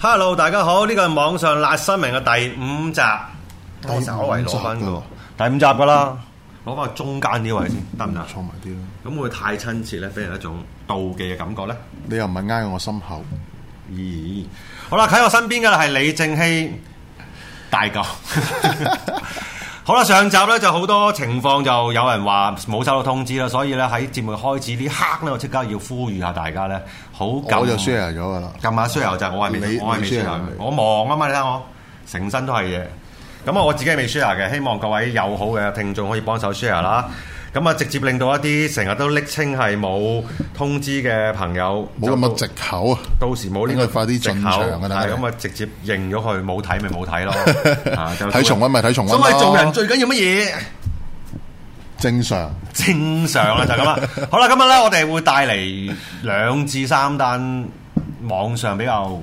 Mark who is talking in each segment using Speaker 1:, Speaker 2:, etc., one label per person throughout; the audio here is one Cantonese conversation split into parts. Speaker 1: Hello，大家好，呢個係網上辣新聞嘅第五集，
Speaker 2: 第五集
Speaker 1: 稍為攞翻嘅喎，第五集噶啦，攞翻中間呢位先，得唔得？
Speaker 2: 錯埋啲啦。
Speaker 1: 咁會唔會太親切咧，俾人一種妒忌嘅感覺咧？
Speaker 2: 你又唔係挨我心口，
Speaker 1: 咦，好啦，喺我身邊嘅係李正熙大 舊。好啦，上集咧就好多情況就有人話冇收到通知啦，所以咧喺節目開始呢刻咧，我即刻要呼籲下大家咧，好感
Speaker 2: 我就 share 咗噶啦。
Speaker 1: 撳下啊 share 就係我係
Speaker 2: 你
Speaker 1: 未，我係未
Speaker 2: 你 share
Speaker 1: share，
Speaker 2: 佢
Speaker 1: 我忙啊嘛，你睇我成身都係嘢。咁啊，我自己係未 share 嘅，希望各位友好嘅聽眾可以幫手 share 啦。咁啊，直接令到一啲成日都昵稱係冇通知嘅朋友，
Speaker 2: 冇咁嘅藉口啊！
Speaker 1: 就到時冇呢
Speaker 2: 應
Speaker 1: 個
Speaker 2: 該快啲進場啊
Speaker 1: 藉口
Speaker 2: 等佢
Speaker 1: 係咁啊，直接認咗佢，冇睇咪冇睇 咯。啊就
Speaker 2: 睇重温咪睇重温
Speaker 1: 所
Speaker 2: 咯
Speaker 1: 謂做人最緊要乜嘢？
Speaker 2: 正常
Speaker 1: 正常啦，就係 咁啦。好啦，今日咧，我哋會帶嚟兩至三單網上比較。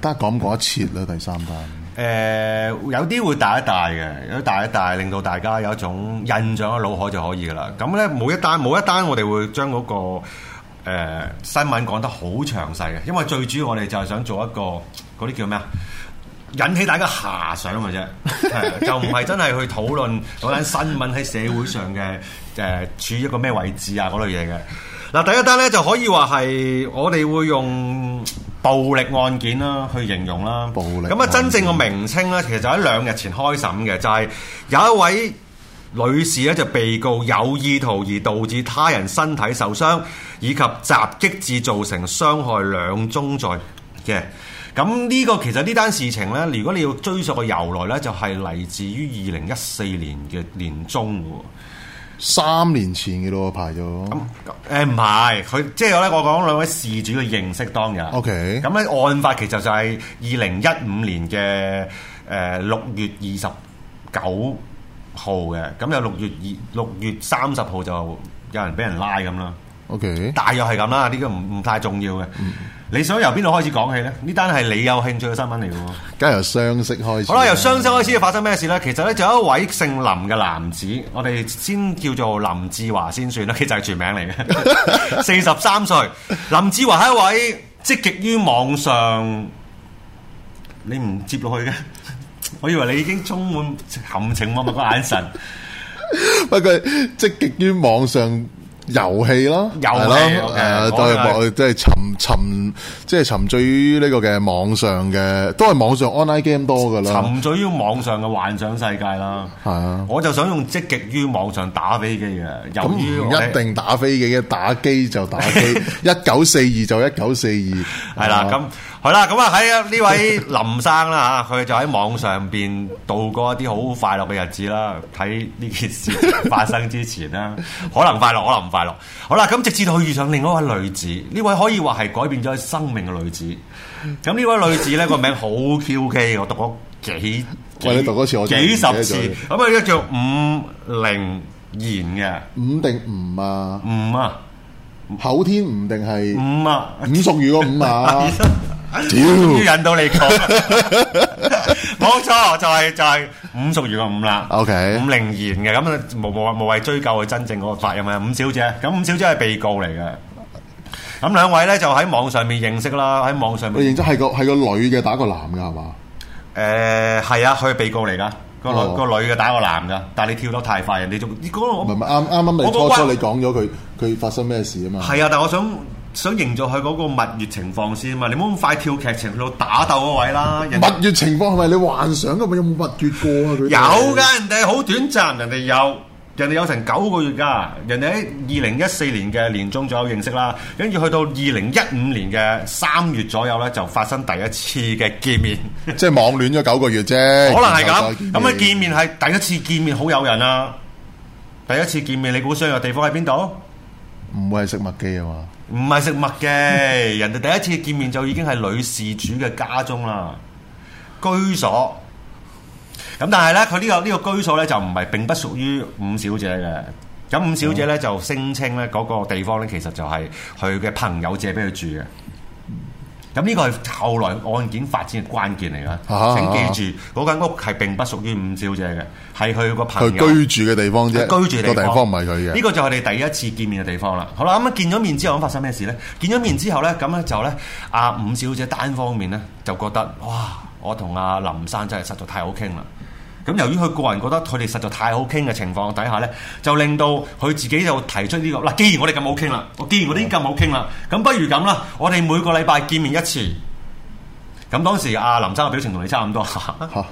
Speaker 2: 得講過一次啦，第三單。
Speaker 1: 誒、呃有啲會帶一帶嘅，有啲帶一帶，令到大家有一種印象嘅腦海就可以噶啦。咁咧，每一單每一單，我哋會將嗰、個、呃、新聞講得好詳細嘅，因為最主要我哋就係想做一個嗰啲叫咩啊？引起大家遐想 嘅啫，係就唔係真係去討論嗰單新聞喺社會上嘅誒、處於一個咩位置啊嗰類嘢嘅。嗱，第一單咧就可以話係我哋會用暴力案件啦去形容啦，
Speaker 2: 暴力
Speaker 1: 咁啊，
Speaker 2: 案
Speaker 1: 真正
Speaker 2: 件
Speaker 1: 個名稱咧，其實就喺兩日前開審嘅，就係、有一位女士咧就被告有意圖而導致他人身體受傷，以及襲擊致造成傷害兩宗罪嘅。咁呢個其實呢單事情呢，如果你要追溯個由來呢，就係嚟自於二零一四年嘅年中嘅喎。
Speaker 2: 三年前嘅咯，排咗。
Speaker 1: 誒唔係，佢即係咧，我講兩位事主嘅認識當日。
Speaker 2: OK
Speaker 1: 咁咧案發其實就係二零一五年嘅誒六月二十九號嘅，咁有六月二六月三十號就有人俾人拉咁啦，
Speaker 2: OK，
Speaker 1: 大約係咁啦，呢、個唔唔太重要嘅。你想由邊度開始講起呢？呢單係你有興趣嘅新聞嚟嘅喎。
Speaker 2: 梗係由相識開始。
Speaker 1: 好啦，由雙生開始發生咩事呢？其實呢，就有一位姓林嘅男子，我哋先叫做林志華先算啦，其實係全名 嚟嘅，四十三歲。林志華係一位積極於網上，你唔接落去嘅， 我以為你已經充滿含情脈脈嘅眼神。
Speaker 2: 啊不過佢積極於網上。遊戲啦，
Speaker 1: 遊戲
Speaker 2: 係
Speaker 1: OK，
Speaker 2: 誒都
Speaker 1: 講
Speaker 2: 係
Speaker 1: 下
Speaker 2: 網，即係沉沉，即係沉醉於呢個嘅網上嘅，都係網上 online game 多噶啦，
Speaker 1: 沉醉於網上嘅幻想世界啦。
Speaker 2: 係啊。
Speaker 1: 我就想用積極於網上打飛機嘅，
Speaker 2: 咁
Speaker 1: 由
Speaker 2: 唔
Speaker 1: 於我哋
Speaker 2: 一定打飛機嘅，打機就打 機，一九四二就一九四二，
Speaker 1: 係啦，
Speaker 2: 啊
Speaker 1: 咁係啦，咁啊喺呢位林生啦 啊嚇，佢就喺網上邊度過一啲好快樂嘅日子啦。睇呢件 事發生之前啦，可能快樂，可能唔快樂。好啦，咁直至到佢遇上另外一位女子，呢位可以話係改變咗佢生命嘅女子。咁呢位女子咧個名好 Q K，我讀咗幾
Speaker 2: 喂你讀多次我真係唔
Speaker 1: 幾
Speaker 2: 記得咗
Speaker 1: 十次。咁啊，呢個叫五零言
Speaker 2: 五定五啊
Speaker 1: 嘅，五啊
Speaker 2: 口天吳定係
Speaker 1: 五啊。
Speaker 2: 五屬於個五 啊，
Speaker 1: 終於引到你講，冇錯，就係、就係、五屬於個五啦。
Speaker 2: OK
Speaker 1: 五零言嘅咁啊，無無無謂追究佢真正嗰個發音啊。五小姐，咁五小姐係被告嚟嘅。咁兩位咧就喺網上面認識啦，喺網上
Speaker 2: 你
Speaker 1: 面
Speaker 2: 認真係個係個女嘅打個男嘅係嘛？
Speaker 1: 誒係啊，佢係被告嚟噶，個女
Speaker 2: 哦
Speaker 1: 個女嘅打個男噶，但係你跳得太快，人哋仲你嗰個
Speaker 2: 唔係唔係啱啱啱
Speaker 1: 我
Speaker 2: 你
Speaker 1: 個
Speaker 2: 初初
Speaker 1: 關
Speaker 2: 你講咗佢佢發生咩事啊嘛？
Speaker 1: 係啊，但係我想想營造佢嗰個蜜月情況先嘛，你唔好咁快跳劇情去到打鬥嗰位啦。人
Speaker 2: 蜜月情況係咪你幻想嘅？咪有冇蜜月過啊？佢哋
Speaker 1: 有噶，人哋好短暫，人哋有。人哋有成九個月㗎，人哋喺二零一四年嘅年中左右認識啦，跟住去到二零一五年嘅三月左右咧，就發生第一次嘅見 面，
Speaker 2: 即係網戀咗九個月啫。
Speaker 1: 可能係
Speaker 2: 然後再
Speaker 1: 咁。咁啊見面係第一次見面好有人啊！第一次見面，你估相約地方喺邊度？
Speaker 2: 唔會係食麥記啊嘛？
Speaker 1: 唔係食麥嘅， 人哋第一次見面就已經係女事主嘅家中啦，居所。咁但係咧，佢呢、個呢、個居所咧就唔係並不屬於五小姐嘅。咁五小姐咧
Speaker 2: 哦
Speaker 1: 就聲稱咧嗰個地方咧其實就係佢嘅朋友借俾佢住嘅。咁呢個係後來案件發展嘅關鍵嚟
Speaker 2: 啊
Speaker 1: 㗎。請記住，嗰間屋係並不屬於五小姐嘅，係佢個朋友。
Speaker 2: 佢居住嘅地方啫，
Speaker 1: 居住地方
Speaker 2: 個地方唔係佢
Speaker 1: 呢
Speaker 2: 嘅。
Speaker 1: 個就係我哋第一次見面嘅地方啦。好啦，咁啊見咗面之後咁發生咩事呢？見咗面之後呢，咁咧就呢，阿五小姐單方面呢，就覺得哇，我同阿林生真係實在太好傾啦。咁由於佢個人覺得佢哋實在太好傾嘅情況底下呢，就令到佢自己就提出呢、個嗱，既然我哋咁好傾啦，我既然我哋已經咁好傾啦，咁不如咁啦，我哋每個禮拜見面一次。咁當時阿林生嘅表情同你差唔多，
Speaker 2: 嚇，好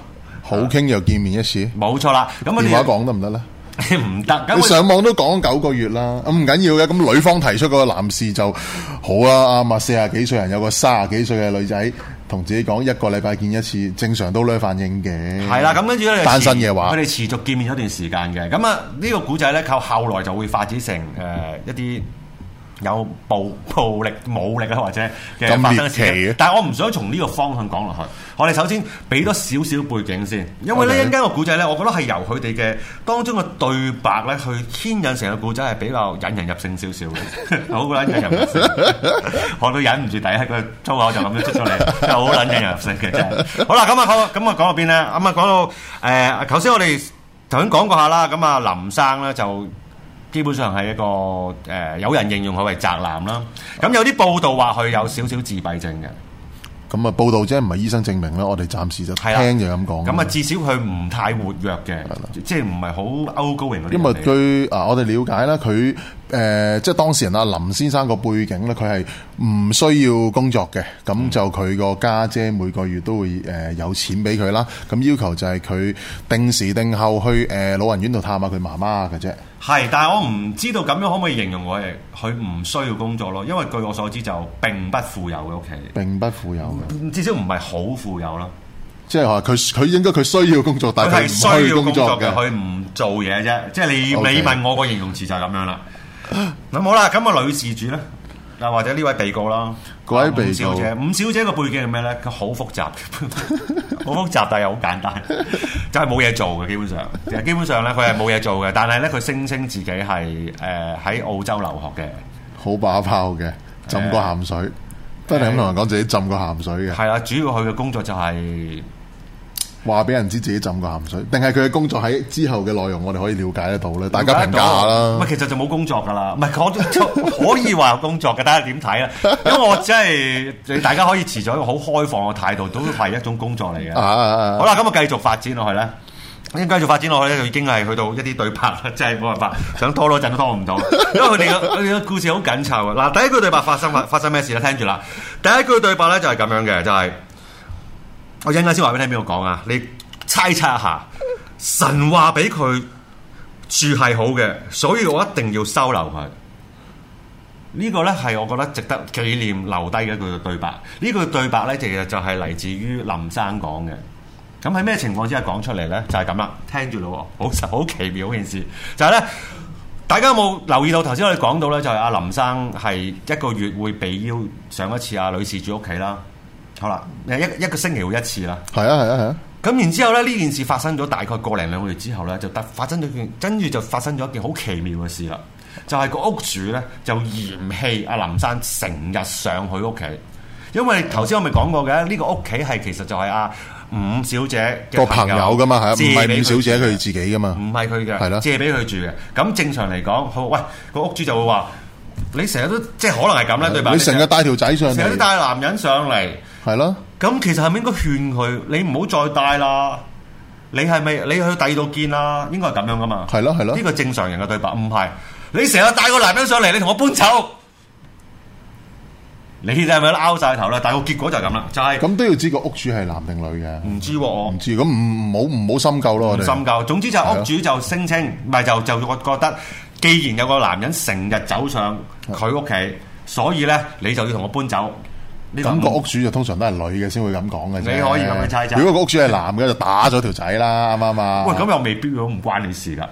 Speaker 2: 傾又見面一次，
Speaker 1: 冇錯啦。咁我
Speaker 2: 電話講得唔得咧？
Speaker 1: 哋 唔得，啊咁
Speaker 2: 你
Speaker 1: 我哋
Speaker 2: 上網都講九個月啦，啊咁唔緊要嘅。咁女方提出嗰個男士就好啦，啱啊，四廿幾歲人有個三廿幾歲嘅女仔同自己講一個禮拜見一次，正常都呢反應嘅。
Speaker 1: 係啦，咁跟住咧，
Speaker 2: 單身嘅話
Speaker 1: 佢哋持續見面咗段時間嘅。咁啊，呢個古仔咧，靠後來就會發展成誒、呃一啲有暴暴力、武力啊，或者嘅
Speaker 2: 咁
Speaker 1: 發生嘅事
Speaker 2: 獵奇
Speaker 1: 件
Speaker 2: 嘅。
Speaker 1: 但係我唔想從呢個方向講落去。我哋首先俾多少少背景先，因為呢
Speaker 2: OK
Speaker 1: 一陣間個古仔咧，我覺得係由佢哋嘅當中嘅對白咧，去牽引成個古仔係比較引人入勝少少嘅，好撚引人入勝。我都忍唔住第一個粗口就咁樣出咗嚟，真係好撚引人入勝嘅真係。好啦，咁啊好，咁啊講到邊咧？咁啊講到誒，頭先我哋頭先講過下啦，咁啊林生咧就。基本上係一個誒、有人形容佢為宅男啦。咁有啲報道話佢有少少自閉症嘅，
Speaker 2: 咁啊，報道啫，唔係醫生證明啦。我哋暫時就
Speaker 1: 係啦，
Speaker 2: 聽就咁講。
Speaker 1: 咁啊，至少佢唔太活躍嘅，即係唔係好 outgoing 嗰啲人嚟嘅。
Speaker 2: 因為據啊，我哋了解啦，佢誒、呃即係當事人阿林先生個背景咧，佢係唔需要工作嘅，咁
Speaker 1: 嗯
Speaker 2: 就佢個家姐每個月都會誒、呃有錢俾佢啦。咁要求就係佢定時定候去誒、呃老人院度探下佢媽媽嘅啫。
Speaker 1: 係，但係我唔知道咁樣可唔可以形容我係佢唔需要工作咯，因為據我所知就並不富有嘅屋企，
Speaker 2: 並不富有嘅，
Speaker 1: 至少唔係好富有啦。
Speaker 2: 即係話佢佢應該佢需要工作，但
Speaker 1: 佢
Speaker 2: 係
Speaker 1: 係
Speaker 2: 啊佢唔
Speaker 1: 需
Speaker 2: 去
Speaker 1: 要工
Speaker 2: 工
Speaker 1: 作
Speaker 2: 作
Speaker 1: 嘅，
Speaker 2: 嘅。啊
Speaker 1: 佢唔做嘢啫。即係你
Speaker 2: OK
Speaker 1: 你問我個形容詞就係咁樣啦。咁好啦，咁個女事主咧，嗱或者呢位被告啦，
Speaker 2: 嗰位被告
Speaker 1: 伍小啊姐，伍小姐個背景係咩咧？佢好複 雜，好複雜，但係又好簡單，就係冇嘢做嘅基本上。其實基本上咧，佢係冇嘢做嘅，但係咧佢聲稱自己係誒喺澳洲留學嘅。
Speaker 2: 好把炮嘅，浸過鹹水，真係咁同人講自己浸過鹹水嘅。
Speaker 1: 係啊啦，主要佢嘅工作就係
Speaker 2: 話俾人知自己浸過鹹水，定係佢嘅工作喺之後嘅內容，我哋可以了解得到咧。大家評價下
Speaker 1: 唔係
Speaker 2: 啦。
Speaker 1: 其實就冇工作㗎啦，唔係 我可以話有工作嘅，睇下點睇啦。因為我真係你大家可以持咗一個好開放嘅態度，都係一種工作嚟嘅。
Speaker 2: 啊啊啊
Speaker 1: 好啦，咁我繼續發展落去咧。咁繼續發展落去咧，就已經係去到一啲對白啦， 真係冇辦法，想拖多陣都拖唔到，因為佢哋嘅佢哋嘅故事好緊湊嘅。嗱，第一句對白發生發生咩事咧？聽住啦，第一句對白咧就係咁樣嘅，就係、我陣間先話俾你聽邊個講啊，你猜測一下，神話俾佢住係好嘅，所以我一定要收留佢。呢個呢係我覺得值得紀念留低嘅一句對白。呢句對白呢，其實就係嚟自於林生講嘅。咁喺咩情況之下講出嚟呢？就係咁啦，聽住咯喎，好實好 奇妙嗰件事，就係、呢。大家有冇留意到頭先我哋講到呢，就係阿林生係一個月會被邀上一次阿女事主屋企啦。好啦，一一個星期會一次啦。
Speaker 2: 係啊係啊係啊！
Speaker 1: 咁然之後咧，呢件事發生咗大概個零兩個月之後咧，就突發生咗件，跟住就發生咗一件好奇妙嘅事啦。就係、個屋主咧就嫌棄阿林生成日上佢屋企，因為頭先我咪講過嘅，呢、個屋企係其實就係阿五小姐嘅
Speaker 2: 個朋友噶嘛係啊，唔係
Speaker 1: 借俾佢
Speaker 2: 五小姐
Speaker 1: 住嘅
Speaker 2: 佢自己噶嘛。
Speaker 1: 唔係佢嘅，
Speaker 2: 係咯
Speaker 1: 借俾佢住嘅。咁正常嚟講，好喂個屋主就會話：你成日都即係可能係咁啦，對吧？
Speaker 2: 你成日帶條仔上
Speaker 1: 成日都
Speaker 2: 嚟，
Speaker 1: 帶男人上嚟。
Speaker 2: 係咯，
Speaker 1: 咁其實係咪應該勸佢，你唔好再戴啦？你係咪你去第二度見啦？應該係咁樣噶嘛？
Speaker 2: 係咯係咯
Speaker 1: 呢個正常人嘅對白，唔係你成日帶個男人上嚟，你同我搬走，你哋係咪拗晒頭啦？但係個結果就係咁啦，就係、
Speaker 2: 咁都要知個屋主係男定女嘅，
Speaker 1: 唔知喎我
Speaker 2: 唔。知咁唔唔好唔好深究咯，我
Speaker 1: 唔
Speaker 2: 哋
Speaker 1: 深究。總之就
Speaker 2: 係
Speaker 1: 係
Speaker 2: 啊
Speaker 1: 屋主就聲稱，唔係就就我覺得，既然有個男人成日走上佢屋企，所以咧你就要同我搬走。呢
Speaker 2: 咁個
Speaker 1: 個
Speaker 2: 屋主就通常都係女嘅先會咁講嘅啫。
Speaker 1: 你可以咁樣猜測
Speaker 2: 如果個屋主係男嘅，就打咗條仔啦，啱唔啱啊？
Speaker 1: 喂咁又未必喎，唔關你事噶。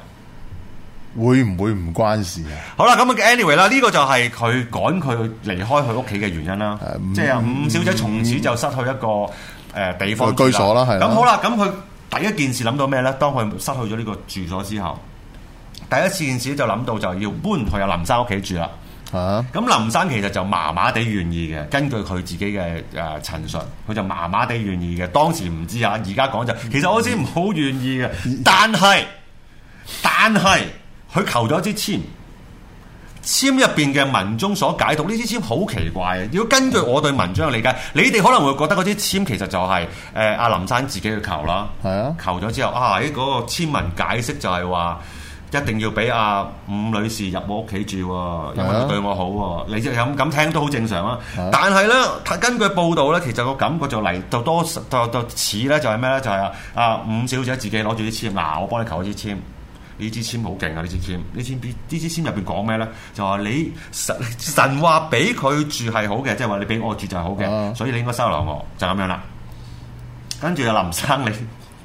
Speaker 2: 會唔會唔關事啊？
Speaker 1: 好啦，咁 anyway 啦，呢個就係佢趕佢離開佢屋企嘅原因啦。
Speaker 2: 嗯
Speaker 1: 即係五小姐從此就失去一個誒、呃地方
Speaker 2: 居所啦係啦
Speaker 1: 咁好啦，咁佢第一件事諗到咩咧？當佢失去咗呢個住所之後，第一件事就諗到就要搬去阿林生屋企住啦。
Speaker 2: 啊，
Speaker 1: 咁林生其實就麻麻地願意嘅，根據佢自己嘅誒陳述，佢就麻麻地願意嘅。當時唔知啊，而家講就其實我先唔好願意嘅，但係但係佢求咗支簽，簽入邊嘅文中所解讀呢支簽好奇怪嘅。如果根據我對文章嘅理解，你哋可能會覺得嗰支簽其實就係誒阿林生自己去求啦。
Speaker 2: 係啊，
Speaker 1: 求咗之後啊，呢、嗰個簽文解釋就係話一定要俾阿伍女士入我屋企住喎，因為
Speaker 2: 係啊
Speaker 1: 佢對我好喎。你就咁咁聽都好正常啊
Speaker 2: 係啊。
Speaker 1: 但係咧，根據報道咧，其實個感覺就嚟就多就就似咧就係咩咧？就係啊啊伍小姐自己攞住啲簽，嗱、我幫你求一支簽。呢支簽好勁啊！呢支簽，呢支簽呢支簽入邊講咩咧？就話你神神話俾佢住係好嘅，即係話你俾我住就係好嘅，
Speaker 2: 啊
Speaker 1: 所以你應該收留我，就咁樣啦。跟住阿林生你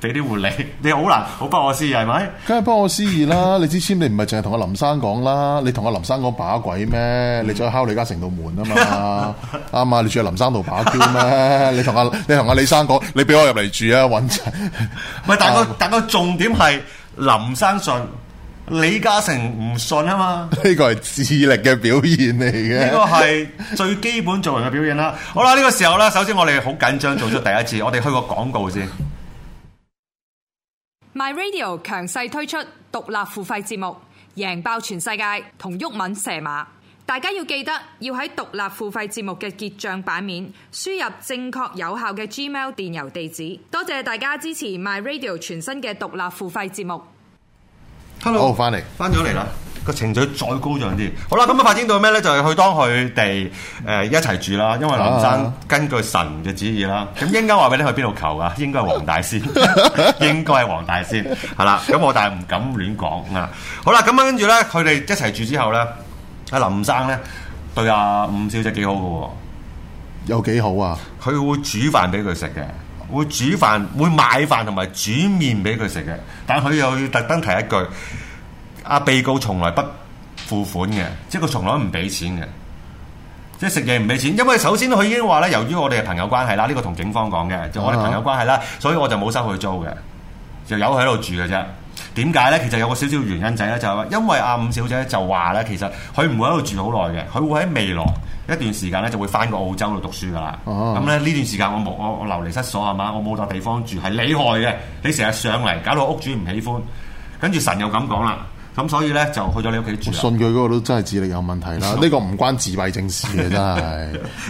Speaker 1: 俾啲活力，你好難好不可思議係咪？
Speaker 2: 梗係幫我思議啦！你之前你唔係淨係同阿林生講啦，你同阿林生講把鬼咩？你再敲李嘉誠道門啊嘛，啱啊！你住喺林生度把嬌咩？你同阿你同阿李生講，你俾我入嚟住啊，穩陣。
Speaker 1: 喂，但個
Speaker 2: 啊
Speaker 1: 但個重點係林生信，李嘉誠唔信啊嘛。
Speaker 2: 呢個係智力嘅表現嚟嘅。
Speaker 1: 呢個係最基本做人嘅表現啦。好啦，呢、個時候啦，首先我哋好緊張，做咗第一次，我哋開個廣告先。
Speaker 3: My Radio 強勢推出獨立付費節目，贏爆全世界同鬱敏射馬。大家要記得要喺獨立付費節目嘅結帳版面輸入正確有效嘅 Gmail 電郵地址。多謝大家支持 My Radio 全新嘅獨立付費節目。
Speaker 1: Hello，
Speaker 2: 好返嚟
Speaker 1: 翻咗嚟啦。個情緒再高漲啲，好啦，咁啊發展到咩咧？就係、去當佢哋誒一齊住啦，因為林生
Speaker 2: 啊
Speaker 1: 根據神嘅旨意啦，咁應該話俾你去邊度 求啊？應該係黃大仙， 應該係黃大仙，係啦。咁我但係唔敢亂講啊。好啦，咁啊跟住咧，佢哋一齊住之後咧，阿林生咧對阿伍小姐幾好嘅喎、
Speaker 2: 有幾好啊？
Speaker 1: 佢會煮飯俾佢食嘅，會煮飯，會買飯同埋煮面俾佢食嘅。但佢又要特登提一句：阿被告從來不付款嘅，即係佢從來唔俾錢嘅。即係食嘢唔俾錢，因為首先佢已經話咧，由於我哋係朋友關係啦，呢、個同警方講嘅，就我哋朋友關係啦，所以我就冇收佢租嘅，就由佢喺度住嘅啫。點解咧？其實有個少少原因仔咧，就係話因為阿伍小姐就話咧，其實佢唔會喺度住好耐嘅，佢會喺未來一段時間咧就會翻過澳洲度讀書噶啦。
Speaker 2: 哦
Speaker 1: 咁咧呢段時間我冇我我流離失所係嘛，我冇笪地方住係你害嘅，你成日上嚟搞到屋主唔喜歡，跟住神又咁講啦，咁所以咧就去咗你屋企住
Speaker 2: 我
Speaker 1: 啦。
Speaker 2: 信佢嗰個都真係智力有問題 啦，呢個唔關自閉症事嘅真係，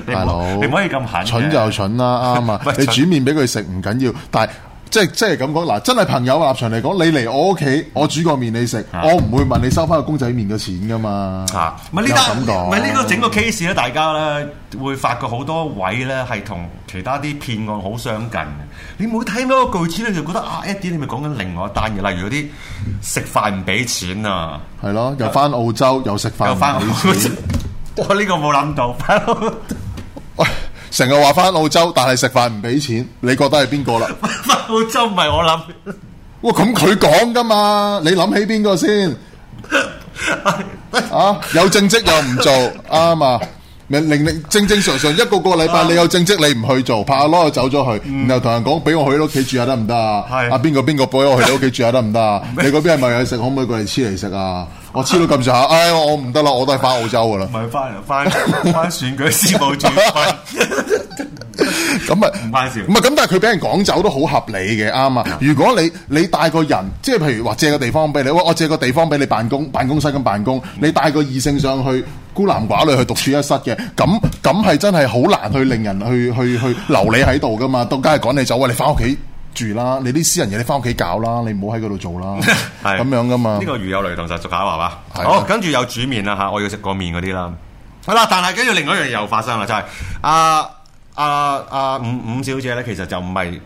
Speaker 1: 你唔
Speaker 2: 大
Speaker 1: 好
Speaker 2: 佬
Speaker 1: 你唔可以咁狠嘅
Speaker 2: 蠢就蠢啦，啱啊
Speaker 1: 喂！
Speaker 2: 你
Speaker 1: 蠢
Speaker 2: 煮面俾佢食唔緊要，但係。即係即係咁講，嗱，真係朋友立場嚟講，你嚟我屋企，我煮個面你食，
Speaker 1: 嗯啊
Speaker 2: 我唔會問你收翻個公仔面嘅錢噶嘛。
Speaker 1: 嚇！唔啊係呢
Speaker 2: 有
Speaker 1: 單，
Speaker 2: 咁講
Speaker 1: 唔係呢個整個 case 咧，大家咧會發覺好多位咧係同其他啲騙案好相近嘅。你每聽到個句子咧，就覺得啊，Eddie 你咪講緊另外一單嘢，例如嗰啲食飯唔俾錢啊，
Speaker 2: 係咯，又翻澳洲又食飯，
Speaker 1: 又翻
Speaker 2: 啊唔
Speaker 1: 澳
Speaker 2: 俾
Speaker 1: 洲
Speaker 2: 錢。
Speaker 1: 我呢個冇諗到， 翻澳
Speaker 2: 喂，成日話翻澳洲，但係食飯唔俾錢，你覺得係邊個啦？
Speaker 1: 翻澳洲唔係我諗。
Speaker 2: 哇，咁佢講噶嘛？你諗起邊個先？啊，有正職又唔做，啱啊！令令令正正常常一個個禮拜你有正職你唔去做，拍下攞就走咗去，然後同人講俾我去你屋企住下得唔得啊？
Speaker 1: 係
Speaker 2: 啊邊個邊個俾我去你屋企住下得唔得啊？你嗰邊係咪有嘢食？可唔可以過嚟黐嚟食啊？我黐到咁上下，唉，我唔得啦，我都係翻澳洲噶啦
Speaker 1: 唔。係翻嚟 翻翻選舉事務主 任，
Speaker 2: 咁啊，
Speaker 1: 唔關事
Speaker 2: 唔係咁，但係佢俾人趕走都好合理嘅，啱啊！如果你你帶個人，即係譬如話借個地方俾你，喂，我借個地方俾你辦公，辦公室咁辦公，
Speaker 1: 嗯
Speaker 2: 你帶個異性上去，孤男寡女去獨處一室嘅，咁咁係真係好難去令人去去去留你喺度噶嘛，到梗係趕你走，喂，你翻屋企住啦，你啲私人嘢你翻屋企搞啦，你唔好喺嗰度做 啦，咁樣噶嘛
Speaker 1: 呢。個如有雷同，實屬巧合啊！
Speaker 2: 係
Speaker 1: 好，跟住有煮面啦嚇，我要食個面嗰啲啦。好啦，但係跟住另外一樣嘢又發生啦，就係啊阿阿阿五五小姐咧，其實就唔係。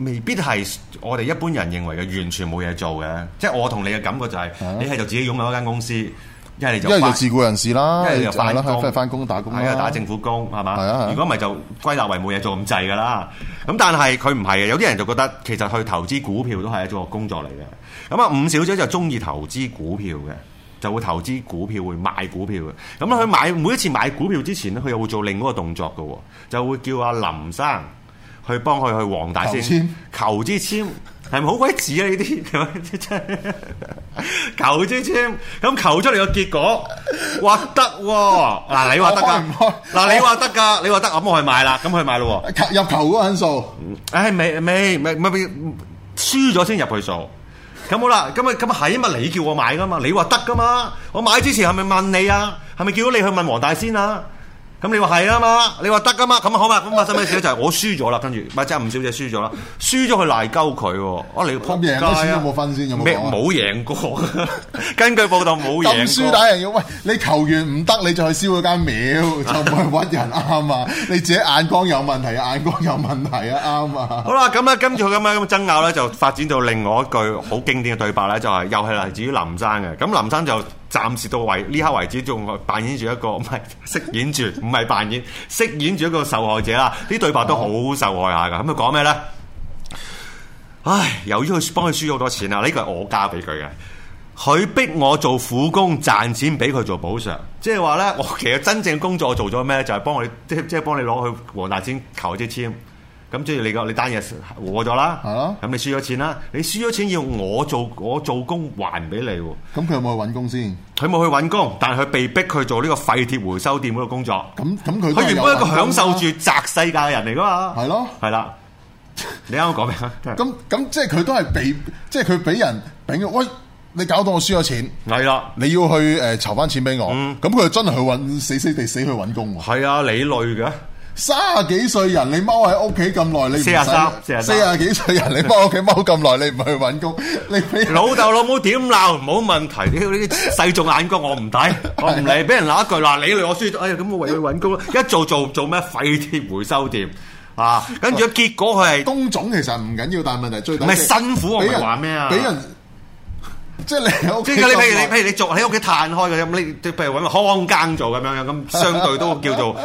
Speaker 1: 未必係我哋一般人認為嘅完全冇嘢做嘅，即係我同你嘅感覺就係、你係就自己擁有一間公司，一係你就
Speaker 2: 因為
Speaker 1: 發
Speaker 2: 啊就自雇人士啦，
Speaker 1: 一係就
Speaker 2: 係
Speaker 1: 翻
Speaker 2: 啦，
Speaker 1: 工，
Speaker 2: 翻翻工打工
Speaker 1: 係
Speaker 2: 啦，
Speaker 1: 啊，打政府工
Speaker 2: 係啊
Speaker 1: 係
Speaker 2: 係
Speaker 1: 嘛
Speaker 2: 啊？
Speaker 1: 如果唔係就歸納為冇嘢做咁滯㗎啦。咁但係佢唔係嘅，有啲人就覺得其實去投資股票都係一種工作嚟嘅。咁啊，五小姐就中意投資股票嘅。就會投資股票，會買股票嘅。咁佢買每一次買股票之前咧，佢又會做另一個動作嘅喎，就會叫阿林生去幫佢去黃大仙
Speaker 2: 求籤
Speaker 1: 求支籤，係咪好鬼似啊？呢啲 係咪真係求支籤，咁求出嚟個 結果，哇得喎！嗱你話得
Speaker 2: 我開
Speaker 1: 㗎
Speaker 2: 唔開，
Speaker 1: 嗱你話得㗎，你話得，咁我去買啦，咁去買咯喎。
Speaker 2: 入球嗰個因素，
Speaker 1: 唉，未未未未未輸咗先入去數。咁好啦，咁啊咁啊係啊嘛，你叫我買噶嘛，你話得噶嘛，我買之前係咪問你啊？係咪叫到你去問黃大仙啊？咁你話係啊嘛，你話得噶嘛，咁啊好嘛，咁發生咩事咧？就係我輸咗啦，跟住咪即係吳小姐輸咗啦，輸咗佢賴鳩佢喎，啊你撲街
Speaker 2: 贏咗錢
Speaker 1: 啊！
Speaker 2: 有冇分先有冇
Speaker 1: 咩
Speaker 2: 講啊
Speaker 1: 冇贏過， 根據報道冇
Speaker 2: 咁
Speaker 1: 贏
Speaker 2: 輸
Speaker 1: 過
Speaker 2: 打。人要喂，你球完唔得，你就去燒嗰間廟， 就唔係屈人啱啊！你自己眼光有問題，眼光有問題啊，啱啊！
Speaker 1: 好啦，咁咧跟住佢咁樣咁爭拗咧，就發展到另外一句好經典嘅對白咧，就係、又係嚟自於林生嘅。咁林生就暫時到為呢刻為止，仲扮演住一個唔係飾演住，唔係扮演飾演住一個受害者啦。啲對白都好受害下噶。咁佢講咩咧？唉，由於佢幫佢輸咗好多錢啦，啊呢個係我加俾佢嘅。佢逼我做苦工賺錢俾佢做補償，即係話咧，我其實真正工作我做咗咩呢？就係、幫我哋，即係即係幫你攞去黃大仙求支簽。咁即係你個你單嘢和咗啦，
Speaker 2: 係啊
Speaker 1: 咁你輸咗錢啦，你輸咗錢要我做我做工還俾你喎。
Speaker 2: 咁佢有冇去揾工先？
Speaker 1: 佢冇去揾工，但係佢被逼去做呢個廢鐵回收店嗰個工作。
Speaker 2: 咁咁佢都
Speaker 1: 佢
Speaker 2: 係
Speaker 1: 原
Speaker 2: 有
Speaker 1: 本一個
Speaker 2: 揾
Speaker 1: 享
Speaker 2: 工
Speaker 1: 受
Speaker 2: 啦
Speaker 1: 住宅世界嘅人嚟噶嘛，
Speaker 2: 係咯
Speaker 1: 係啦。你啱啱講咩啊？
Speaker 2: 咁咁即係佢都係俾，即係佢俾人俾佢喂，你搞到我輸咗錢，
Speaker 1: 係啦。
Speaker 2: 你要去誒籌翻錢俾我，
Speaker 1: 嗯
Speaker 2: 咁佢、就真係去揾死死地死去揾工喎。
Speaker 1: 係啊，你累嘅，
Speaker 2: 三十幾歲人你踎喺屋企咁耐，你唔
Speaker 1: 四十三
Speaker 2: 使
Speaker 1: 四十
Speaker 2: 四
Speaker 1: 三
Speaker 2: 十幾歲人你踎屋企踎咁耐，你唔去揾工，你俾人
Speaker 1: 老豆老母點鬧冇問題，屌呢啲世俗眼光我唔睇，我唔理，俾人鬧一句嗱，你累我輸咗，哎呀咁我為佢揾工啦，一做做做咩廢鐵回收店啊，跟住結 果佢係
Speaker 2: 工種其實唔緊要，但係問題最大
Speaker 1: 唔係
Speaker 2: 即係
Speaker 1: 辛苦我唔係
Speaker 2: 俾人
Speaker 1: 話咩啊
Speaker 2: 俾人即係你喺屋
Speaker 1: 即
Speaker 2: 企
Speaker 1: 係你譬如
Speaker 2: 咁
Speaker 1: 你
Speaker 2: 耐
Speaker 1: 譬如你做喺屋企攤開嘅咁，你譬如揾個看更做咁樣樣，咁相對都叫做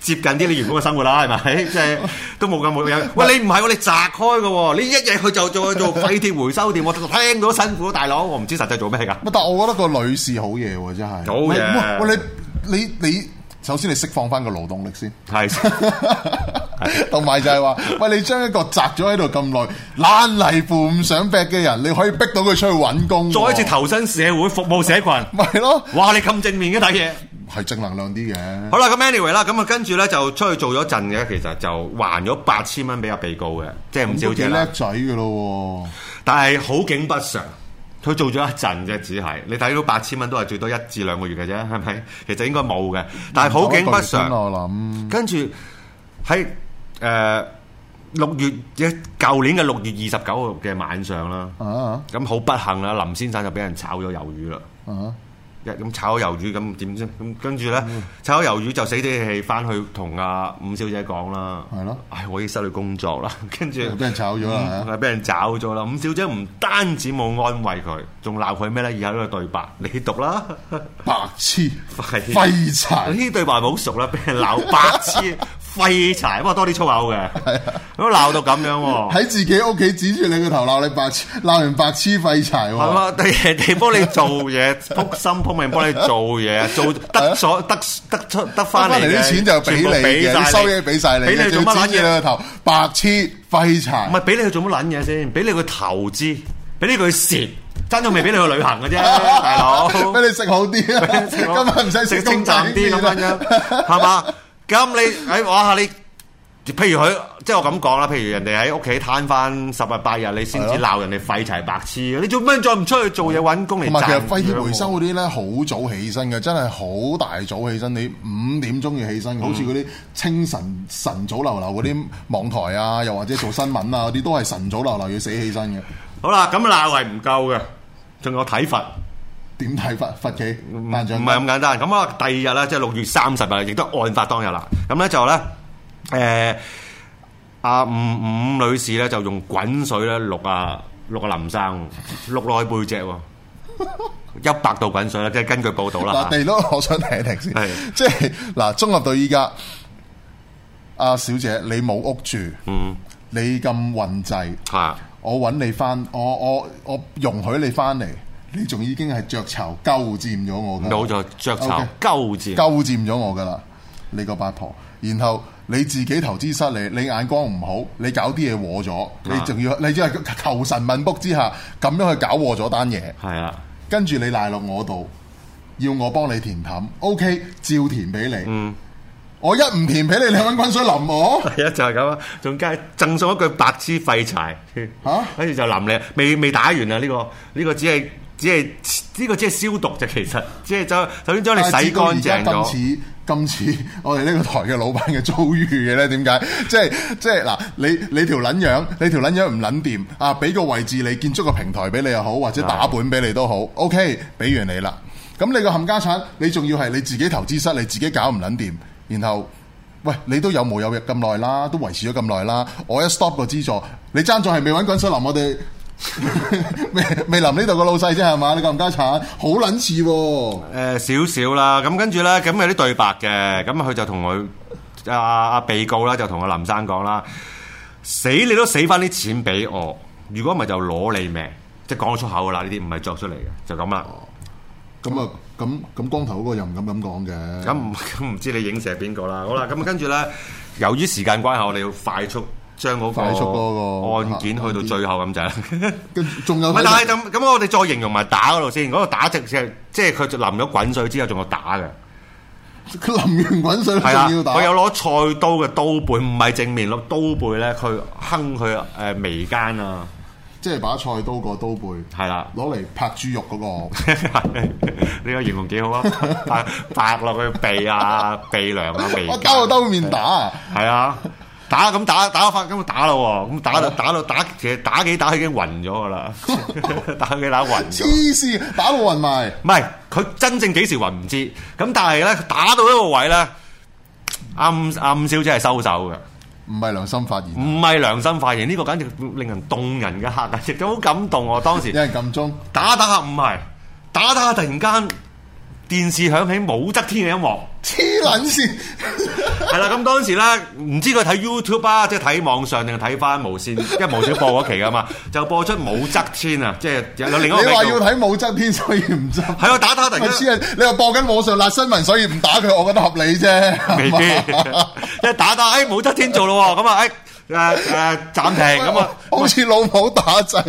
Speaker 1: 接近啲你原本嘅生活啦，係咪？即係都冇咁冇有。喂，你唔係喎，你摘開嘅喎，你一日去就做做廢鐵回收店，我聽到辛苦，大 佬，我唔知實際做 咩㗎。
Speaker 2: 但我覺得個女士好嘢喎，真係
Speaker 1: 好嘢
Speaker 2: 喂喂你你你首先你釋放翻個勞動力先。
Speaker 1: 係。
Speaker 2: 同埋就係話，喂，你將一個宅咗喺度咁耐、懶泥扶唔上壁嘅人，你可以逼到佢出去揾工喎，
Speaker 1: 再一次投身社會服務社群。
Speaker 2: 咪係咯，
Speaker 1: 哇！你咁正面嘅睇嘢，
Speaker 2: 係正能量啲嘅。
Speaker 1: 好啦，咁 anyway 啦，咁啊跟住咧就出去做咗陣嘅，其實就還咗八千蚊俾阿被告嘅，即係吳小
Speaker 2: 都幾
Speaker 1: 姐啦
Speaker 2: 叻。仔嘅咯
Speaker 1: 但係好景不常，佢做咗一陣啫，只係你睇到八千蚊都係最多一至兩個月嘅啫，係咪？其實應該冇嘅，但
Speaker 2: 喎，
Speaker 1: 係好景不
Speaker 2: 搞一個月先啦嗯
Speaker 1: 常，
Speaker 2: 我諗
Speaker 1: 跟住喺誒六月嘅舊年嘅六月二十九號嘅晚上啦，
Speaker 2: 啊
Speaker 1: 咁好不幸啦，林先生就俾人炒咗魷魚啦。
Speaker 2: 啊，
Speaker 1: 一咁炒咗魷魚咁點啫？咁跟住咧，
Speaker 2: 嗯
Speaker 1: 炒咗魷魚就死死氣翻去同阿五小姐講啦。
Speaker 2: 係咯
Speaker 1: 唉，我已經失去工作啦， 跟住
Speaker 2: 又俾人炒咗啦
Speaker 1: 嗯
Speaker 2: 係啊
Speaker 1: 係俾人炒咗啦。五小姐唔單止冇安慰佢，仲鬧佢咩咧？以下呢個對白，你讀啦。
Speaker 2: 白痴
Speaker 1: 廢
Speaker 2: 廢柴
Speaker 1: 呢。啲對白咪好熟啦，俾人鬧白痴、 廢柴，不過多啲粗口嘅，
Speaker 2: 啊
Speaker 1: 咁鬧到咁樣喎。
Speaker 2: 喺自己屋企指住你個頭鬧你白痴，鬧完白痴廢柴
Speaker 1: 係
Speaker 2: 喎，
Speaker 1: 嘛？人哋幫你做 嘢，撲心撲命幫你做嘢，做得咗得得出得翻嚟
Speaker 2: 啊嚟
Speaker 1: 嘅
Speaker 2: 啲錢就俾
Speaker 1: 全部
Speaker 2: 你嘅，
Speaker 1: 晒
Speaker 2: 啲收嘢俾晒你
Speaker 1: 俾
Speaker 2: 嘅，
Speaker 1: 你做
Speaker 2: 仲要
Speaker 1: 乜
Speaker 2: 指
Speaker 1: 撚
Speaker 2: 住你
Speaker 1: 嘢？
Speaker 2: 個頭，白痴廢柴
Speaker 1: 唔。係俾你去做乜撚嘢先？俾你去投資，俾你去蝕，真仲未俾你去旅 行嘅啫，大佬。
Speaker 2: 俾你食好啲 啊！今日唔使
Speaker 1: 食
Speaker 2: 食
Speaker 1: 清淡啲咁樣樣，係嘛？咁你誒哇你。譬如佢，即係我咁講啦。譬如人哋喺屋企攤翻十日八日，你先至
Speaker 2: 係咯
Speaker 1: 鬧人哋廢柴白痴。你做咩再唔出去做嘢揾工嚟
Speaker 2: 同埋其
Speaker 1: 賺
Speaker 2: 實廢
Speaker 1: 養
Speaker 2: 鐵
Speaker 1: 我
Speaker 2: 回收嗰啲咧，好早起身嘅，真係好大早起身。你五點鐘要起
Speaker 1: 嗯
Speaker 2: 身，好似嗰啲清晨晨早流流嗰啲網台啊，又或者做新聞啊嗰啲，都係晨早流流要死起身嘅。
Speaker 1: 好啦，咁鬧係唔夠嘅，仲有體罰。
Speaker 2: 點睇法法企
Speaker 1: 唔
Speaker 2: 頒獎？
Speaker 1: 唔係咁簡單。咁啊，第二日啦，即係六月三十日，亦都係案發當日啦。咁咧就咧，誒、阿五五女士咧就用滾水咧淥啊淥啊林生，淥落去背脊喎，一百度滾水啦，即係根據 報道啦
Speaker 2: 嗱，。地都我想停一停先
Speaker 1: 啊係，
Speaker 2: 即係嗱，綜合到依家，阿小姐你冇屋住，
Speaker 1: 嗯，
Speaker 2: 你咁混滯，
Speaker 1: 嚇
Speaker 2: 我揾你翻，我我我容許你翻嚟，你仲已經係雀巢鳩佔咗我㗎，
Speaker 1: 冇咗雀巢
Speaker 2: OK
Speaker 1: 鳩字。
Speaker 2: 鳩佔咗我㗎啦，你個八婆，然後。你自己投資失利，你眼光唔好，你搞啲嘢禍咗，
Speaker 1: 啊
Speaker 2: 你仲要你只係求神問卜之下咁樣去搞禍咗單嘢，
Speaker 1: 係啦，
Speaker 2: 跟住你賴落我度，要我幫你填氹，OK，照填俾你。
Speaker 1: 嗯，
Speaker 2: 我一唔填俾你，你揾滾水淋我。
Speaker 1: 係啊，就係咁啊，仲加贈送一句白痴廢柴
Speaker 2: 嚇
Speaker 1: 跟住就淋你，未未打完啊！呢、個呢、個只係只係呢、個只係消毒啫，其實只係將首先將你洗
Speaker 2: 但係
Speaker 1: 乾
Speaker 2: 啊至到而家咁
Speaker 1: 淨咗。
Speaker 2: 似咁似 我哋呢個台嘅老闆嘅遭遇嘅咧，點解？ 即係即係嗱，你你條撚樣，你條撚樣唔撚掂啊！俾個位置你，建築個平台俾你又好，或
Speaker 1: 啊
Speaker 2: 者打本俾你都好，OK，俾完你啦。咁你個冚家產，你仲要係你自己投資失，你自己搞唔撚掂，然後。喂，你都有冇有入咁耐啦，都維持咗咁耐啦。我一 stop 個資助，你爭咗係未揾滾水淋我哋， 未未淋呢度個老細啫係嘛？你冚家產好撚似喎。
Speaker 1: 誒、少少啦，咁跟住咧，咁有啲對白嘅，咁啊佢就同佢阿阿被告啦，就同阿林生講啦，死你都死翻啲錢俾我，如果唔係就攞你命，即係講得出口噶啦，呢啲唔係作出嚟嘅，就咁啦。
Speaker 2: 咁啊，咁咁光頭嗰個又唔敢咁講嘅。
Speaker 1: 咁唔 咁唔知你影射邊個啦？好啦，咁啊跟住咧，由於時間關係，我哋要快速將嗰
Speaker 2: 快速嗰
Speaker 1: 個
Speaker 2: 個啊
Speaker 1: 案件去到最後咁 就係啦。
Speaker 2: 跟住仲有
Speaker 1: 唔係，但係咁咁，我哋再形容埋打嗰度先。嗰個打直即係即係佢就淋咗滾水之後，仲有打嘅，
Speaker 2: 佢淋完滾水仲
Speaker 1: 係啦。
Speaker 2: 要打
Speaker 1: 佢，有攞菜刀嘅刀背，唔係正面攞刀背咧，佢哼佢誒眉間啊，
Speaker 2: 即係把菜刀個刀背
Speaker 1: 係啦。
Speaker 2: 攞嚟拍豬肉嗰個，
Speaker 1: 呢個形容幾好啊！ 拍拍落佢鼻啊、鼻梁啊、眉間。
Speaker 2: 我兜兜面打啊！
Speaker 1: 係啊，打咁打打翻咁打咯喎，咁打到打到打，其實打幾打已經暈咗噶啦， 打幾打暈
Speaker 2: 黐
Speaker 1: 咗。
Speaker 2: 線，打到暈埋，
Speaker 1: 唔係佢真正幾時暈唔知，咁但係咧打到一個位咧，阿五阿五小姐係收手嘅，
Speaker 2: 唔係良心發現，
Speaker 1: 唔係良心發現，呢、個簡直令人動人嘅嚇，亦都好感動我當時
Speaker 2: 有。人撳鐘，
Speaker 1: 打打下唔係，打打下突然間電視響起武則天嘅音樂。
Speaker 2: 黐撚線，
Speaker 1: 係啦，咁當時咧，唔知佢睇 YouTube 啊，即係睇網上定係睇翻無線， 因為無線播嗰期噶嘛，就播出武則天啊，即係有有另
Speaker 2: 你
Speaker 1: 一個名
Speaker 2: 話要
Speaker 1: 叫。
Speaker 2: 睇武則天，所以唔執。
Speaker 1: 係啊，打打突
Speaker 2: 我
Speaker 1: 然
Speaker 2: 黐
Speaker 1: 間
Speaker 2: 人，你話播緊網上辣新聞，所以唔打佢，我覺得合理啫。
Speaker 1: 未 必，一打打，哎，武則天做咯喎，咁啊，哎，誒誒暫停咁啊，
Speaker 2: 好似老母打仔，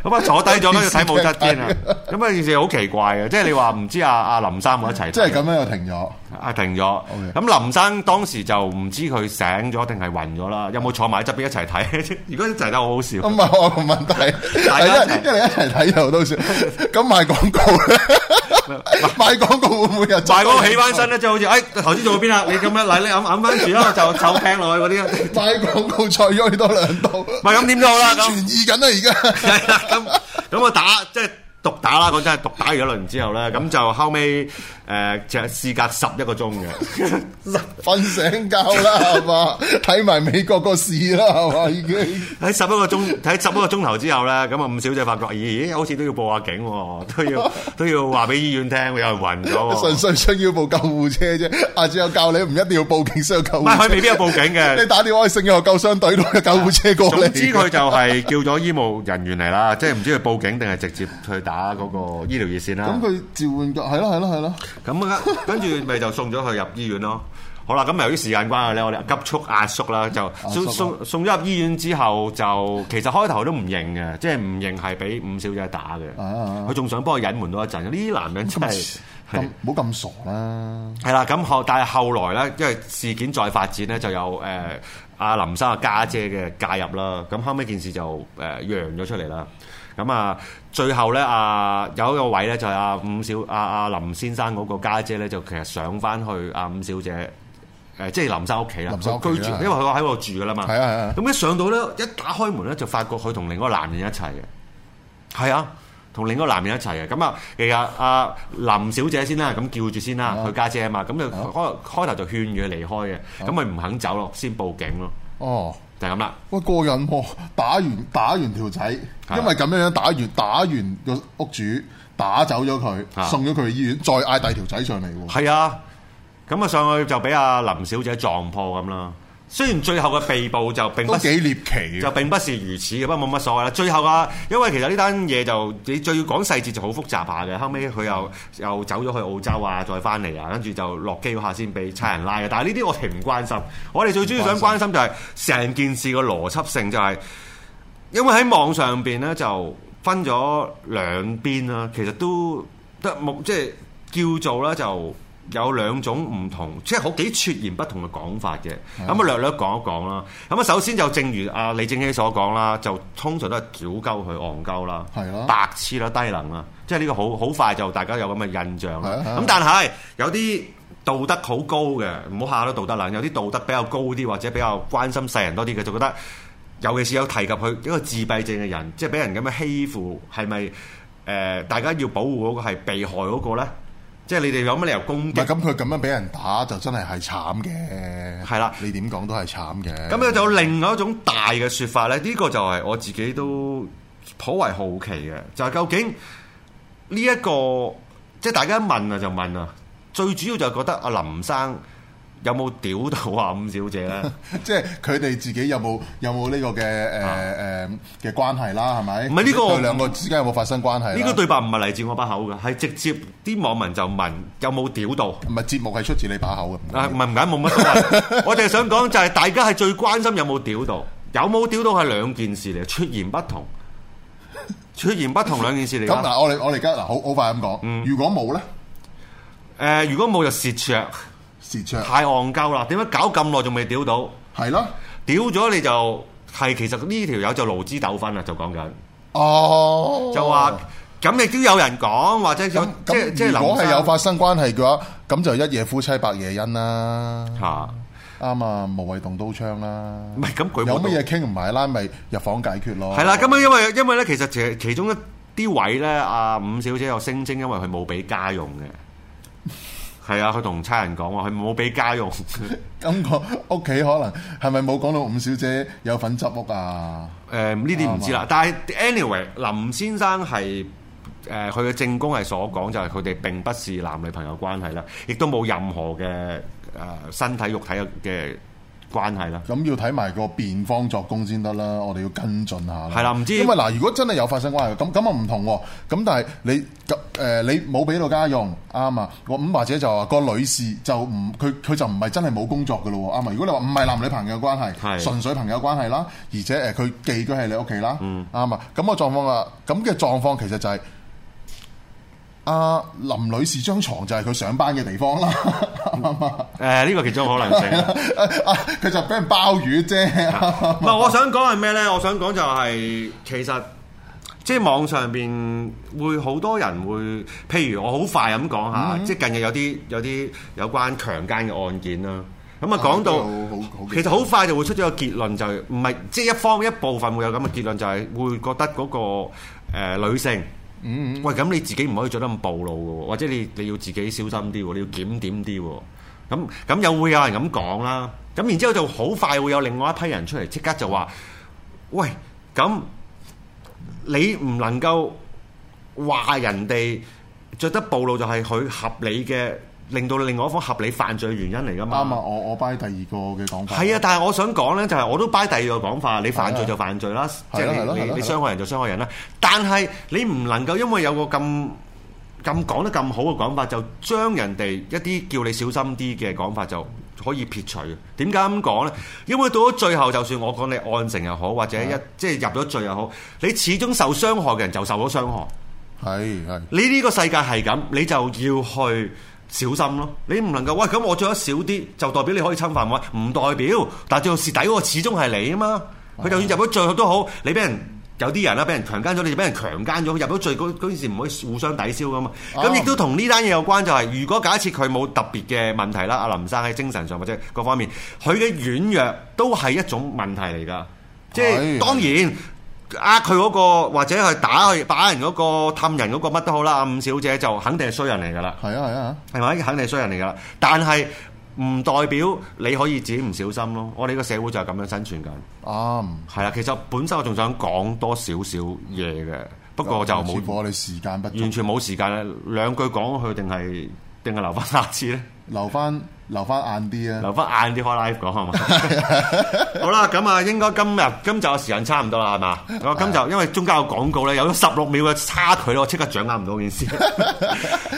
Speaker 1: 咁啊坐低咗，跟住睇武則天啊，咁啊件事好奇怪嘅，即係你話唔知啊阿阿林生有冇一齊睇，
Speaker 2: 即係咁樣又停咗。
Speaker 1: 啊停咗，咁林生當時就唔知佢醒咗定係暈咗啦，有冇坐埋側邊一齊睇？ 如果一齊睇好好笑
Speaker 2: 唔。係啊我個問題，
Speaker 1: 大家一齊
Speaker 2: 係因為因為一齊睇就都算。咁賣廣告咧， 賣廣告會唔會又
Speaker 1: 賣嗰個起翻身咧，即係好似誒頭先做到 邊啊？你咁樣嗱，你揞揞翻住啦，就手聽落去嗰啲。啊
Speaker 2: 賣廣告再喐多兩刀，
Speaker 1: 唔係咁點都好啦，啊咁
Speaker 2: 傳意緊啦而家。
Speaker 1: 係啦，咁咁我打即係毒打啦，講真係毒打完一輪之後咧，咁就後尾誒就事隔十一個鐘 嘅，
Speaker 2: 瞓醒覺啦，係嘛？睇埋美國個市啦，係嘛？已經
Speaker 1: 喺十一個鐘喺十一個鐘頭之後咧，咁啊五小姐發覺，咦，好似都要報下警喎，都 要都要話俾醫院聽，有人暈咗
Speaker 2: 純
Speaker 1: 喎。
Speaker 2: 粹需要部救護車啫。阿主有教你唔一定要報警，需要救
Speaker 1: 唔
Speaker 2: 護
Speaker 1: 係佢
Speaker 2: 車。
Speaker 1: 未必有報警
Speaker 2: 你
Speaker 1: 嘅。
Speaker 2: 打電話去聖約翰救傷隊攞個救護車過
Speaker 1: 總之
Speaker 2: 嚟。
Speaker 1: 佢就係叫咗醫務人員嚟啦，即係唔知佢報警定係直接去打嗰個醫療熱線啦。
Speaker 2: 咁佢召喚個係咯係咯係咯，
Speaker 1: 咁啊，跟住咪就送咗佢入醫院咯。好啦，咁由於時間關係咧，我哋急速壓縮啦，就送
Speaker 2: 縮啊
Speaker 1: 送送咗入醫院之後，就其實開頭都唔認嘅，即係唔認係俾五小姐打嘅。
Speaker 2: 啊啊啊
Speaker 1: 佢仲想幫佢隱瞞多一陣，呢啲男人真係係
Speaker 2: 咁唔好咁傻啦。
Speaker 1: 係啦。咁後但係後來咧，因為事件再發展咧，就有誒阿林生嘅家姐嘅介入啦。咁後尾件事就誒揚咗出嚟啦。咁啊，最後咧，啊有一個位咧，就係阿五小阿阿林先生嗰個家姐咧，就其實上翻去阿五小姐誒、即係林生屋企啦，
Speaker 2: 林生屋企
Speaker 1: 佢
Speaker 2: 啦
Speaker 1: 居住，因為佢喺度住噶啦嘛。
Speaker 2: 係啊係啊
Speaker 1: 咁一上到咧，一打開門咧，就發覺佢同另一個男人一齊嘅。係啊，同另一個男人一齊嘅。咁啊，其實阿林小姐先啦，咁叫住先啦，佢家姐啊嘛，咁就開開頭就勸佢離開嘅，咁佢唔肯走咯，先報警咯，
Speaker 2: 哦。
Speaker 1: 就係咁啦。
Speaker 2: 喂，過癮喎！打完打完條仔，
Speaker 1: 啊
Speaker 2: 因為咁樣樣打完打完個屋主，打走咗
Speaker 1: 啊
Speaker 2: 佢，送咗佢去醫院，再嗌第二條仔上嚟喎。
Speaker 1: 係啊，咁啊上去就俾阿林小姐撞破咁啦。雖然最後嘅被捕就並不
Speaker 2: 都幾獵奇
Speaker 1: 就
Speaker 2: 嘅。
Speaker 1: 並不是如此嘅，不過冇乜所謂啦。最後啊，因為其實呢單嘢就你最要講細節就好複雜下嘅，後尾佢又又走咗去澳洲啊，再翻嚟啊，跟住就落機嗰下先俾差人拉嘅。但係呢啲我哋唔關心，我哋最主要想關心就係成件事個邏輯性就係、因為喺網上邊咧就分咗兩邊啦，其實都得冇即係叫做啦，就有兩種唔同，即係好幾撮然不同嘅講法嘅。咁啊略略講一講啦。咁啊首先就正如啊阿李正熙所講啦，就通常都係屌鳩佢戇鳩啦，
Speaker 2: 係啦
Speaker 1: 白痴啦，低能啦，即係呢個好好快就大家有咁嘅印象啦
Speaker 2: 係啊。係啊
Speaker 1: 咁但係有啲道德好高嘅，唔好下都道德啦。有啲道德比較高啲，或者比較關心世人多啲嘅，就覺得尤其是有提及佢一個自閉症嘅人，即係俾人咁樣欺負，係咪誒大家要保護嗰個係被害嗰個咧？即係你哋有乜理由攻
Speaker 2: 唔係
Speaker 1: 擊？
Speaker 2: 咁，佢咁樣俾人打就真係係慘嘅。
Speaker 1: 係啦
Speaker 2: 你點講都係慘嘅。
Speaker 1: 咁咧就有另外一種大嘅説法咧，呢、個就係我自己都頗為好奇嘅，就係、究竟呢、一個即係大家一問啊就問啊，最主要就係覺得阿林生有冇屌到 阿伍小姐咧？
Speaker 2: 即係佢哋自己有冇有冇呢個嘅誒誒嘅關係啦？係咪？
Speaker 1: 啊唔係呢個
Speaker 2: 佢兩個之間有冇發生關係啦？
Speaker 1: 呢個對白唔係嚟自我把口嘅，係直接啲網民就問有冇屌到。
Speaker 2: 唔係節目係出自你把口嘅。
Speaker 1: 啊，唔係唔緊，冇乜所謂。我哋係想講就係大家係最關心有冇屌到，有冇屌到係兩件事嚟，出言不同，出言不同兩件事嚟
Speaker 2: 咁
Speaker 1: 㗎。誒、
Speaker 2: 嗱，我哋我哋而家嗱，好好快咁
Speaker 1: 嗯
Speaker 2: 講。如果冇咧，
Speaker 1: 呃如果冇就蝕著，
Speaker 2: 蝕著
Speaker 1: 太戇鳩啦。點解搞咁耐仲未屌到？
Speaker 2: 係啦。
Speaker 1: 屌咗你就係其實呢條友就勞資糾紛啦，就講緊
Speaker 2: 哦，
Speaker 1: 就話咁亦都有人講，或者有
Speaker 2: 咁
Speaker 1: 即係即係
Speaker 2: 咁，如果係
Speaker 1: 林
Speaker 2: 有
Speaker 1: 生
Speaker 2: 發生關係嘅話，咁就一夜夫妻百夜恩啦。
Speaker 1: 嚇。
Speaker 2: 啱啊，無謂動刀槍啦。
Speaker 1: 唔係咁佢冇
Speaker 2: 有
Speaker 1: 動
Speaker 2: 乜嘢傾唔埋啦，咪入房解決咯。
Speaker 1: 係啦，咁啊，因為因為咧，其實其其中一啲位啊咧，阿五小姐有聲稱，因為佢冇俾家用嘅。係啊，佢同差人講話，佢冇俾家用，誒、
Speaker 2: 咁個屋企可能係咪冇講到伍小姐有份執屋啊？
Speaker 1: 呢啲唔知啦。但係 anyway，林先生係誒佢嘅正宮係所講，就係佢哋並不是男女朋友關係啦，亦都冇任何嘅誒、呃身體肉體嘅嘅關係啦。
Speaker 2: 咁要睇埋個辯方作供先得啦，我哋要跟進下啦。
Speaker 1: 係啦唔知
Speaker 2: 因為嗱，如果真係有發生關係，咁咁啊唔同喎。咁但係你誒、呃你冇俾到家用，啱啊。我咁或者就話個女士就唔佢佢就唔係真係冇工作嘅咯喎，啱啊。如果你話唔係男女朋友關
Speaker 1: 係
Speaker 2: 係，純粹朋友關係啦，而且誒佢寄居喺你屋企啦，
Speaker 1: 嗯
Speaker 2: 啱啊、咁、個狀況啊，咁嘅狀況其實就係、阿、林女士張床就係佢上班嘅地方 啦，啱啊
Speaker 1: 誒、呢、個其中可能性。
Speaker 2: 啊佢就俾人包魚啫，啱
Speaker 1: 唔係，我想講係咩咧？我想講就係、其實即係網上邊會好多人會，譬如我好快咁講下，
Speaker 2: 嗯
Speaker 1: 即係近日有啲有啲有關強姦嘅案件啦。咁啊
Speaker 2: 啊
Speaker 1: 講
Speaker 2: 都
Speaker 1: 到
Speaker 2: 有好好幾
Speaker 1: 其實好快就會出咗個結論，就係唔係即係一方一部分會有咁嘅結論，就係、會覺得嗰、個、呃、女性。
Speaker 2: 嗯
Speaker 1: 喂，咁你自己唔可以做得咁暴露嘅喎，或者你你要自己小心啲喎，你要檢點啲喎。咁咁又會有人咁講啦。咁然之後就好快會有另外一批人出嚟，即刻就話：喂，咁你唔能夠話人哋着得暴露就係佢合理嘅，令到另外一方合理犯罪原因嚟㗎嘛。
Speaker 2: 啊！我我 buy 第二個嘅講法，啊
Speaker 1: 係啊，但係我想講咧，就係我都 buy 第二個講法，你犯罪就犯罪啦，即
Speaker 2: 係
Speaker 1: 係
Speaker 2: 啊係
Speaker 1: 你
Speaker 2: 咯係
Speaker 1: 你
Speaker 2: 咯
Speaker 1: 你
Speaker 2: 係
Speaker 1: 傷害人就傷害人啦。但係你唔能夠因為有個咁咁講得咁好嘅講法，就將人哋一啲叫你小心啲嘅講法就可以撇除。點解咁講呢？因為到咗最後，就算我講你案成又好，或者一即係入咗罪又好，你始終受傷害嘅人就受咗傷害。
Speaker 2: 係係
Speaker 1: 你呢個世界係咁，你就要去小心咯。你唔能夠喂咁，我着得少啲就代表你可以侵犯我，唔代表。但最後蝕底嗰個始終係你啊嘛。佢就算入咗罪都好，你俾人有啲人啦，俾人強姦咗，你就俾人強姦咗。入咗罪嗰嗰件事唔可以互相抵消噶嘛。咁
Speaker 2: 啱
Speaker 1: 亦都同呢單嘢有關，就係、如果假設佢冇特別嘅問題啦，阿林生喺精神上或者各方面，佢嘅軟弱都係一種問題嚟㗎。即係
Speaker 2: 係
Speaker 1: 當然，呃佢嗰個或者係打佢打人嗰、個氹人嗰個乜都好啦，五小姐就肯定係衰人嚟㗎啦，
Speaker 2: 係啊係啊，
Speaker 1: 係咪？肯定係衰人嚟㗎啦，但係唔代表你可以自己唔小心咯。我哋個社會就係咁樣生存緊。
Speaker 2: 啱。
Speaker 1: 係啦，其實本身我仲想講多少少嘢嘅，不過就
Speaker 2: 似乎
Speaker 1: 冇嗯
Speaker 2: 我哋時間不足，
Speaker 1: 完全冇時間啦。兩句講佢定係定係留翻下次咧？
Speaker 2: 留翻留翻晏啲啊。
Speaker 1: 留翻晏啲開 live 講好嘛？好啦，咁啊，應該今日今集嘅時間差唔多啦，係嘛？我今集因為中間有廣告咧，有咗十六秒嘅差距咧，我即刻掌握唔到件事。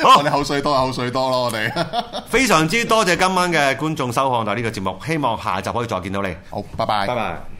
Speaker 1: 好
Speaker 2: 我哋，口水多，口水多咯，我哋。
Speaker 1: 非常之多謝今晚嘅觀眾收看我哋呢個節目，希望下集可以再見到你。
Speaker 2: 好，拜拜
Speaker 1: 拜。拜。